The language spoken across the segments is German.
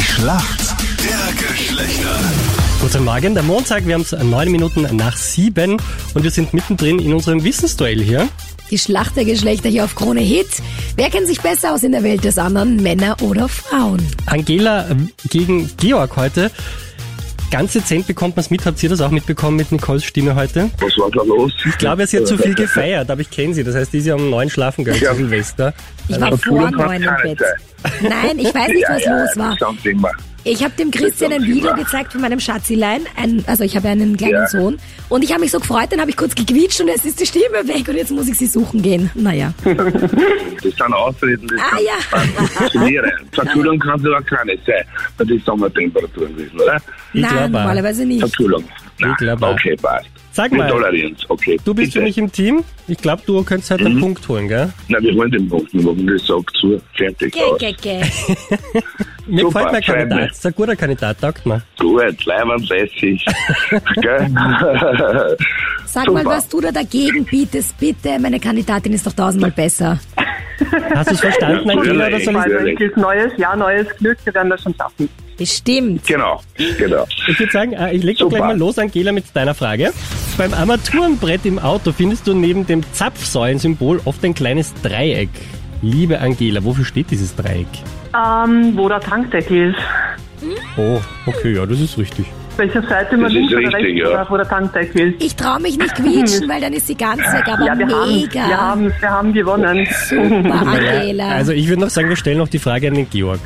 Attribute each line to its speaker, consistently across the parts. Speaker 1: Schlacht der Geschlechter.
Speaker 2: Guten Morgen, der Montag, wir haben es neun Minuten nach sieben und wir sind mittendrin in unserem Wissensduell hier.
Speaker 3: Die Schlacht der Geschlechter hier auf Krone Hit. Wer kennt sich besser aus in der Welt des anderen, Männer oder Frauen?
Speaker 2: Angela ähm, gegen Georg heute. Ganz dezent bekommt man es mit. Habt ihr das auch mitbekommen mit Nicoles Stimme heute?
Speaker 4: Was war da los?
Speaker 2: Ich glaube, sie hat zu viel gefeiert, aber ich kenne sie. Das heißt, die ist ja um neun schlafen gegangen zu Silvester.
Speaker 3: Ich war vor neun im Bett. Nein, ich
Speaker 4: Äh,
Speaker 3: weiß nicht, was los war.
Speaker 4: Something war.
Speaker 3: Ich habe dem Christian ein Video gezeigt von meinem Schatzilein. Ein, also ich habe ja einen kleinen
Speaker 4: Ja.
Speaker 3: Sohn. Und ich habe mich so gefreut, dann habe ich kurz gequietscht und jetzt ist die Stimme weg und jetzt muss ich sie suchen gehen. Naja.
Speaker 4: Das sind Ausreden, das
Speaker 3: Ah
Speaker 4: kann
Speaker 3: ja.
Speaker 4: funktionieren. Verkühlung kann es aber keine sein, wenn die Sommertemperaturen sind, oder?
Speaker 2: Ich
Speaker 3: Nein,
Speaker 2: glaube auch.
Speaker 3: normalerweise nicht.
Speaker 4: Verkühlung. Nein,
Speaker 2: glaub auch.
Speaker 4: okay, passt.
Speaker 2: Sag
Speaker 4: Wir
Speaker 2: mal.
Speaker 4: tolerieren es, okay.
Speaker 2: Du bist für
Speaker 4: Bitte.
Speaker 2: mich im Team. Ich glaube, du könntest heute einen Punkt holen, gell?
Speaker 4: Na, wir wollen den Punkt, wir haben gesagt, so, fertig.
Speaker 3: Geh, geh, geh.
Speaker 2: Mir
Speaker 4: Super,
Speaker 2: gefällt mein
Speaker 4: schreib mir.
Speaker 2: Kandidat. Das ist ein guter Kandidat, taugt mir.
Speaker 4: Gut, leibandlässig. Gell?
Speaker 3: Sag
Speaker 4: Super.
Speaker 3: mal, was du da dagegen bietest, bitte. Meine Kandidatin ist doch tausendmal besser.
Speaker 2: Hast du es verstanden, Angela? Oder soll
Speaker 4: Ja,
Speaker 2: ich...
Speaker 4: ja.
Speaker 5: Mal welches neues Jahr, neues Glück, wir werden das schon schaffen.
Speaker 3: Bestimmt.
Speaker 4: genau, genau.
Speaker 2: Ich würde sagen, äh, ich leg doch
Speaker 4: Super.
Speaker 2: gleich mal los, Angela, mit deiner Frage. Beim Armaturenbrett im Auto findest du neben dem Zapfsäulensymbol oft ein kleines Dreieck. Liebe Angela, wofür steht dieses Dreieck?
Speaker 5: Ähm, wo der Tankdeckel ist.
Speaker 2: Oh, okay, ja, das ist richtig.
Speaker 5: Welche Seite man
Speaker 4: Das
Speaker 5: links
Speaker 4: ist
Speaker 5: oder
Speaker 4: richtig,
Speaker 5: rechts
Speaker 4: ja.
Speaker 5: oder wo der Tankdeckel ist.
Speaker 3: Ich traue mich nicht quietschen, weil dann ist sie ganz weg, aber
Speaker 5: Ja, wir haben,
Speaker 3: mega.
Speaker 5: wir haben, wir haben gewonnen.
Speaker 3: Super, Angela.
Speaker 2: Also ich würde noch sagen, wir stellen noch die Frage an den Georg.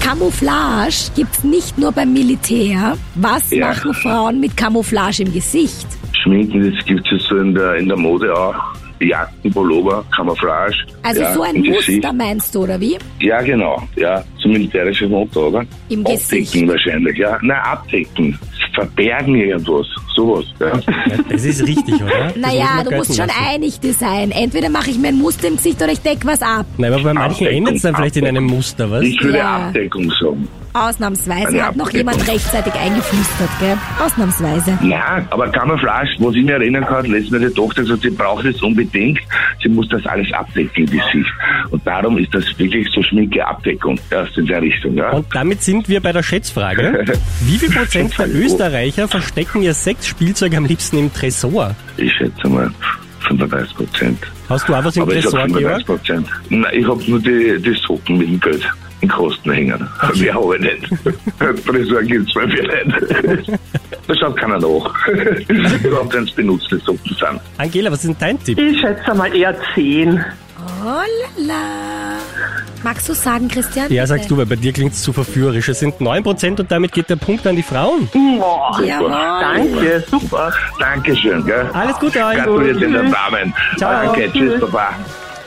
Speaker 3: Camouflage gibt's nicht nur beim Militär. Was
Speaker 4: Ja.
Speaker 3: machen Frauen mit Camouflage im Gesicht?
Speaker 4: Schminken, das gibt es so in der, in der Mode auch. Jacken, Pullover, Camouflage.
Speaker 3: Also
Speaker 4: ja,
Speaker 3: so ein
Speaker 4: im Gesicht.
Speaker 3: Muster meinst du, oder wie?
Speaker 4: Ja, genau. Ja, so militärisches Motto, oder?
Speaker 3: Im Gesicht.
Speaker 4: Abdecken wahrscheinlich, ja. Nein, abdecken. Verbergen irgendwas. Sowas, ja.
Speaker 2: Das ist richtig, oder? Das muss
Speaker 3: Naja,
Speaker 2: man
Speaker 3: du musst
Speaker 2: gelten
Speaker 3: schon
Speaker 2: lassen.
Speaker 3: einig sein. Entweder mache ich mir ein Muster im Gesicht oder ich deck was ab.
Speaker 2: Nein, aber bei manchen
Speaker 4: Abdeckung,
Speaker 2: endet es dann vielleicht in einem Muster, was?
Speaker 4: Ich würde
Speaker 3: Ja.
Speaker 4: Abdeckung sagen.
Speaker 3: Ausnahmsweise
Speaker 4: Ja,
Speaker 3: hat noch
Speaker 4: okay.
Speaker 3: jemand rechtzeitig eingeflüstert, gell? Ausnahmsweise.
Speaker 4: Nein, aber Camouflage, was ich mir erinnern kann, letztes Mal die Tochter gesagt, sie braucht es unbedingt. Sie muss das alles abdecken, die Sicht. Und darum ist das wirklich so schminke Abdeckung. Erst in der Richtung, ja.
Speaker 2: Und damit sind wir bei der Schätzfrage. Wie viel Prozent der Österreicher verstecken ihr Sexspielzeug am liebsten im Tresor?
Speaker 4: Ich schätze mal 35 Prozent.
Speaker 2: Hast du auch was im
Speaker 4: Aber ich
Speaker 2: Tresor,
Speaker 4: habe
Speaker 2: Georg?
Speaker 4: 35 Prozent. Nein, ich habe nur die, die Socken mit dem Geld. In Kosten hängen. Wir haben ich nicht. Tresor gibt's bei mir nicht. Da schaut keiner nach. Überhaupt wenn es benutzte Socken sind.
Speaker 2: Angela, was ist denn dein Tipp?
Speaker 5: Ich schätze mal eher 10.
Speaker 3: Oh lala. Magst du sagen, Christian?
Speaker 2: Ja,
Speaker 3: Bitte.
Speaker 2: sagst du, weil bei dir klingt es zu verführerisch. Es sind 9% und damit geht der Punkt an die Frauen.
Speaker 5: Boah,
Speaker 3: Jawohl.
Speaker 5: danke, super.
Speaker 4: Dankeschön, gell?
Speaker 2: Alles Gute euch.
Speaker 4: Gratuliert in den Damen.
Speaker 2: Ciao.
Speaker 4: Danke, tschüss, Papa.